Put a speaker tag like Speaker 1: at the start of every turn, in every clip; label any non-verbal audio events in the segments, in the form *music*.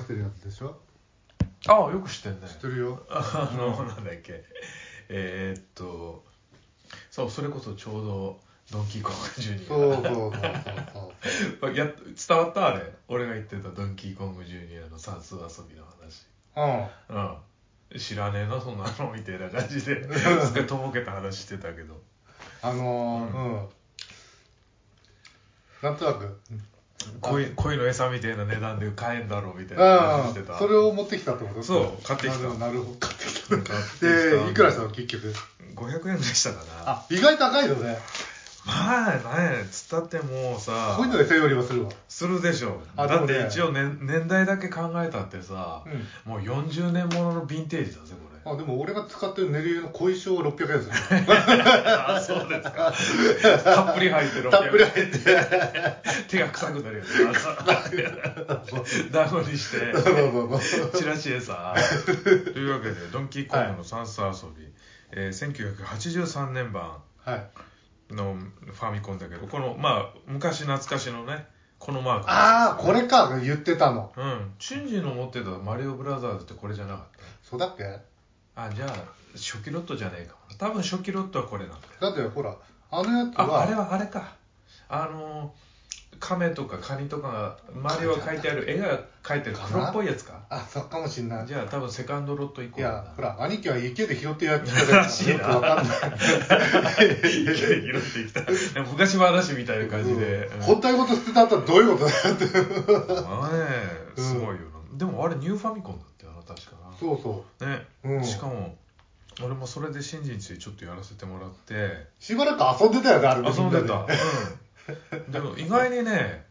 Speaker 1: してるやつでしょ
Speaker 2: ああよく知ってんね
Speaker 1: 知ってるよ
Speaker 2: あのなんだっけえーっとそうそれこそちょうどドンキーコングジュニア
Speaker 1: そうそうそうそうそう
Speaker 2: あや伝わったあれ俺が言ってたドンキーコングジュニアの算数遊びの話
Speaker 1: うん
Speaker 2: うん知らねえなそんなのみたいな感じですごいとぼけた話してたけど
Speaker 1: あのー
Speaker 2: う
Speaker 1: うん、なんとなく
Speaker 2: 恋恋の餌みたいな値段で買えんだろうみたいな
Speaker 1: あ
Speaker 2: 話して
Speaker 1: あ
Speaker 2: た
Speaker 1: それを持ってきたってこと
Speaker 2: そう買ってきた
Speaker 1: なるほどなるほど買ってき
Speaker 2: 買ってきた
Speaker 1: でいくらしたの結局
Speaker 2: 500円でしたかな
Speaker 1: あ意外と高いよね
Speaker 2: まあねつったってもうさ
Speaker 1: こういうので1000よりはするわ
Speaker 2: するでしょ
Speaker 1: あ
Speaker 2: だっ
Speaker 1: でも
Speaker 2: て
Speaker 1: ね
Speaker 2: 一応、ね、年代だけ考えたってさ、もう40年もののヴィンテージだぜこ
Speaker 1: あでも俺が使ってる練り湯の小石を600円する
Speaker 2: れあそうですか *laughs* たっぷり入ってる
Speaker 1: たっぷり入
Speaker 2: *laughs*
Speaker 1: って
Speaker 2: 手が臭くなるよ
Speaker 1: *laughs*
Speaker 2: ね団子にして
Speaker 1: そうそうそう
Speaker 2: チラシ餌というわけで「ドンキーコングの算数遊び」えー1983年版
Speaker 1: はい
Speaker 2: のファミコンだけどこのまあ昔懐かしのねこのマーク
Speaker 1: ああこれか言ってたの
Speaker 2: うんチンジの持ってたマリオブラザーズってこれじゃなかっ
Speaker 1: そうだっけ
Speaker 2: たあじゃあ初期ロットじゃねえかもな多分初期ロットはこれなんだよ
Speaker 1: だってほらあのやつ
Speaker 2: ああれ
Speaker 1: は
Speaker 2: はあれかあのー亀とかカニとかが周りは描いてある絵が描いてる黒っぽいやつか
Speaker 1: あそうかもしんない
Speaker 2: じゃあ多分セカンドロット以
Speaker 1: い
Speaker 2: 降だ
Speaker 1: や
Speaker 2: な
Speaker 1: ほら兄貴は池で拾ってやってたから
Speaker 2: しい
Speaker 1: よ
Speaker 2: な
Speaker 1: くわかんない
Speaker 2: *laughs* 拾ってきた *laughs* 昔話みたいな感じで、
Speaker 1: うん本体ごと捨てた後はどういうことだよって
Speaker 2: まあねすごいよな、でもあれニューファミコンだってよな確か
Speaker 1: そうそ
Speaker 2: なね、
Speaker 1: う、うん、
Speaker 2: しかも俺もそれで新人についてちょっとやらせてもらって
Speaker 1: しばらく遊んでたよねあれ
Speaker 2: 遊んで
Speaker 1: みな
Speaker 2: たうんでも意外にね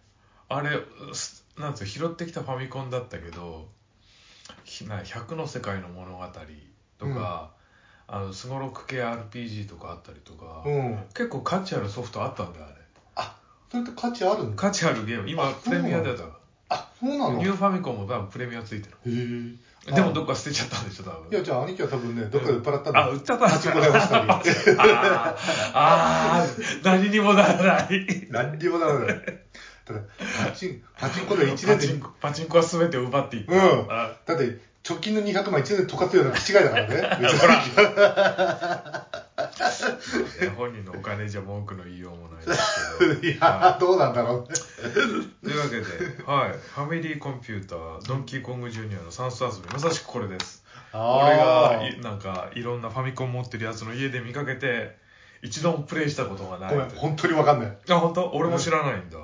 Speaker 2: あれすなんつう拾ってきたファミコンだったけどひな100の世界の物語とかあのすごろく系 RPG とかあったりとか、
Speaker 1: うん
Speaker 2: 結構価値あるソフトあったんだよあれ
Speaker 1: それって価値あるんだ
Speaker 2: 価値あるゲーム今
Speaker 1: あ
Speaker 2: プレミアでだ
Speaker 1: あそうなの
Speaker 2: ニ
Speaker 1: へ
Speaker 2: ューファミコンも多分プレミアついてる
Speaker 1: え
Speaker 2: でもどっか捨てちゃったんでしょ多
Speaker 1: いや
Speaker 2: 分
Speaker 1: じゃあ兄貴は多分ねどっかで売っ払ったんだ
Speaker 2: あ売っちゃったんで
Speaker 1: 立
Speaker 2: す
Speaker 1: ち
Speaker 2: よ
Speaker 1: これましたり
Speaker 2: *laughs* あーあー何にもならない
Speaker 1: 何にもならないただパチンパチンコで1
Speaker 2: パ
Speaker 1: 年
Speaker 2: チン
Speaker 1: で
Speaker 2: コパチンコは全てを奪っていった、
Speaker 1: うん
Speaker 2: あ
Speaker 1: だって貯金の200万1年で溶かすような口違いだから
Speaker 2: *laughs*
Speaker 1: ね別に
Speaker 2: ほら
Speaker 1: *laughs*
Speaker 2: ね本人のお金じゃ文句の言いようもないですけど
Speaker 1: いやどうなんだろうね
Speaker 2: というわけで、はい、ファミリーコンピュータードンキーコングジュニアの算数遊びまさしくこれです俺がいなんかいろんなファミコン持ってるやつの家で見かけて一度もプレイしたことがない
Speaker 1: ごめん本当にわかんない
Speaker 2: あ本当俺も知らないんだ、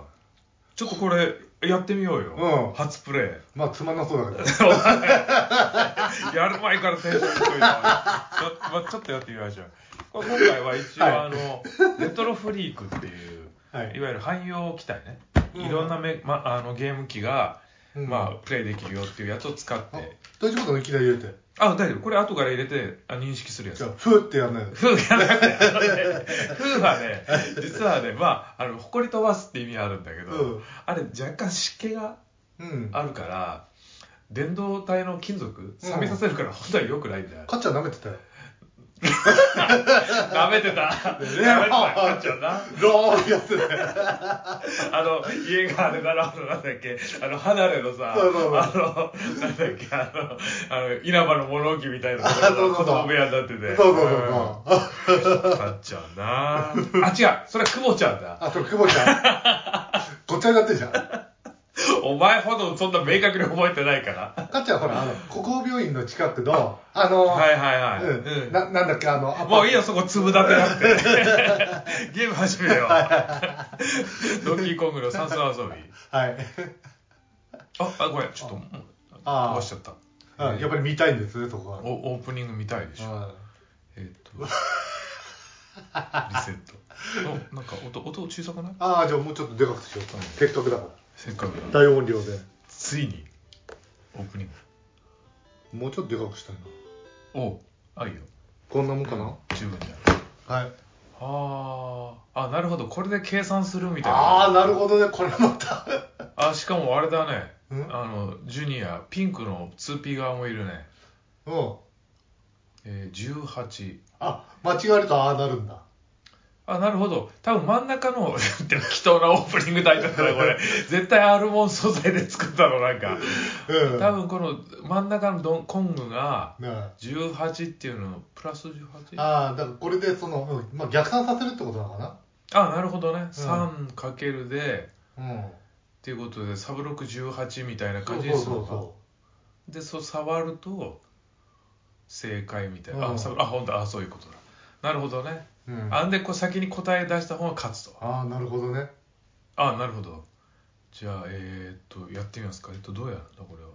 Speaker 2: ちょっとこれやってみようよ、
Speaker 1: うん
Speaker 2: 初プレイ
Speaker 1: まあつまんなそうだけど
Speaker 2: *laughs* やる前からテンション低いな、ちょまあ、ちょっとやってみましょうこれ今回は一応、
Speaker 1: はい
Speaker 2: あのレトロフリークっていう *laughs*
Speaker 1: はいい、
Speaker 2: わゆる汎用機体ね、
Speaker 1: うん
Speaker 2: いろんなめ、ま、あのゲーム機が、
Speaker 1: うん
Speaker 2: まあ、プレイできるよっていうやつを使っ
Speaker 1: あ
Speaker 2: て
Speaker 1: 大丈夫だねいきなり入れて
Speaker 2: あ大丈夫これ後から入れてあ認識するやつ
Speaker 1: じゃあふーってやんないの
Speaker 2: 風がなくて、あのね風はね、実はね、まあ、あの、埃飛ばすって意味あるんだけど、
Speaker 1: うん
Speaker 2: あれ若干湿気が
Speaker 1: うん
Speaker 2: あるから、電動体の金属、錆びさせるから本当は良くないんだよ。
Speaker 1: かっちゃん舐めて
Speaker 2: *laughs*
Speaker 1: たよ
Speaker 2: 舐め
Speaker 1: *laughs*
Speaker 2: てた。舐めてた。かっちゃんな。
Speaker 1: ローンやってたよ
Speaker 2: あの、家があれだな、あのなんだっけ、あの、離れのさ、あ
Speaker 1: そうそうそう
Speaker 2: の、なんだっけ、あの、あの、稲葉の物置みたいなと
Speaker 1: あ
Speaker 2: こ
Speaker 1: そうそうそう
Speaker 2: ろが子供部屋になってて。
Speaker 1: そうそうそうそう
Speaker 2: うんかっちゃんな。あ、違う、それは久保ちゃんだ。
Speaker 1: あと久保ちゃん
Speaker 2: *laughs*
Speaker 1: ごっちゃになってんじゃん
Speaker 2: お前ほどそんな明確に覚えてないから。
Speaker 1: かっちゃんほらあの国宝病院の近くのあの、
Speaker 2: はいはいはい。
Speaker 1: う
Speaker 2: うんん
Speaker 1: ななんだっけあのア
Speaker 2: もういい
Speaker 1: い
Speaker 2: よ、そこ粒立てなく
Speaker 1: *laughs*
Speaker 2: て。ゲーム始めよう。ドンキーコングの算数遊び。
Speaker 1: はい
Speaker 2: あ、あ、ごめん、ちょっと、
Speaker 1: あ
Speaker 2: 壊しちゃった。
Speaker 1: あやっぱり見たいんですねそこは
Speaker 2: おオープニング見たいでしょ。
Speaker 1: は
Speaker 2: えーっと、リセット。おなんか音、音小さくない
Speaker 1: いああじゃあもうちょっとでかくしようかせっかくだか
Speaker 2: せっかくだ。
Speaker 1: ら大音量で
Speaker 2: ついに、オープニン
Speaker 1: もうちょっとでかくしたいな
Speaker 2: グ。おあ、いいよ。
Speaker 1: こんなもんかな
Speaker 2: 十分じゃん。
Speaker 1: はい
Speaker 2: あーあ、なるほど。これで計算するみたいな。
Speaker 1: ああなるほどねこれまた
Speaker 2: あしかもあれだね
Speaker 1: うん
Speaker 2: あのジュニアピンクの 2P 側もいるね、
Speaker 1: うん
Speaker 2: えー、18
Speaker 1: あ間違えるとああなるんだ
Speaker 2: あなるほど多分真ん中の *laughs* でも適当なオープニングタイトルだなこれ絶対アルモン素材で作ったのなんか
Speaker 1: うん
Speaker 2: 多分この真ん中のドンコングが
Speaker 1: ね
Speaker 2: 18っていうのをプラス 18? あ
Speaker 1: ああだからこれでその、うんまあ、逆算させるってことなのか
Speaker 2: なるほどね、3かけるで
Speaker 1: なうん
Speaker 2: っていうことでサブロック18みたいな
Speaker 1: そ
Speaker 2: 感
Speaker 1: う
Speaker 2: じ
Speaker 1: そう
Speaker 2: にす
Speaker 1: そ
Speaker 2: るの
Speaker 1: う
Speaker 2: か
Speaker 1: そ
Speaker 2: でそう触ると正解みたいな、
Speaker 1: うん
Speaker 2: あサブあ本当あそういうことだなるほどね、
Speaker 1: う、うん、
Speaker 2: あ
Speaker 1: あ
Speaker 2: んでこう先に答え出した方が勝つと
Speaker 1: あなるほどね
Speaker 2: あなるほどじゃあえー、っとやってみますかえっとどうやるんだこれは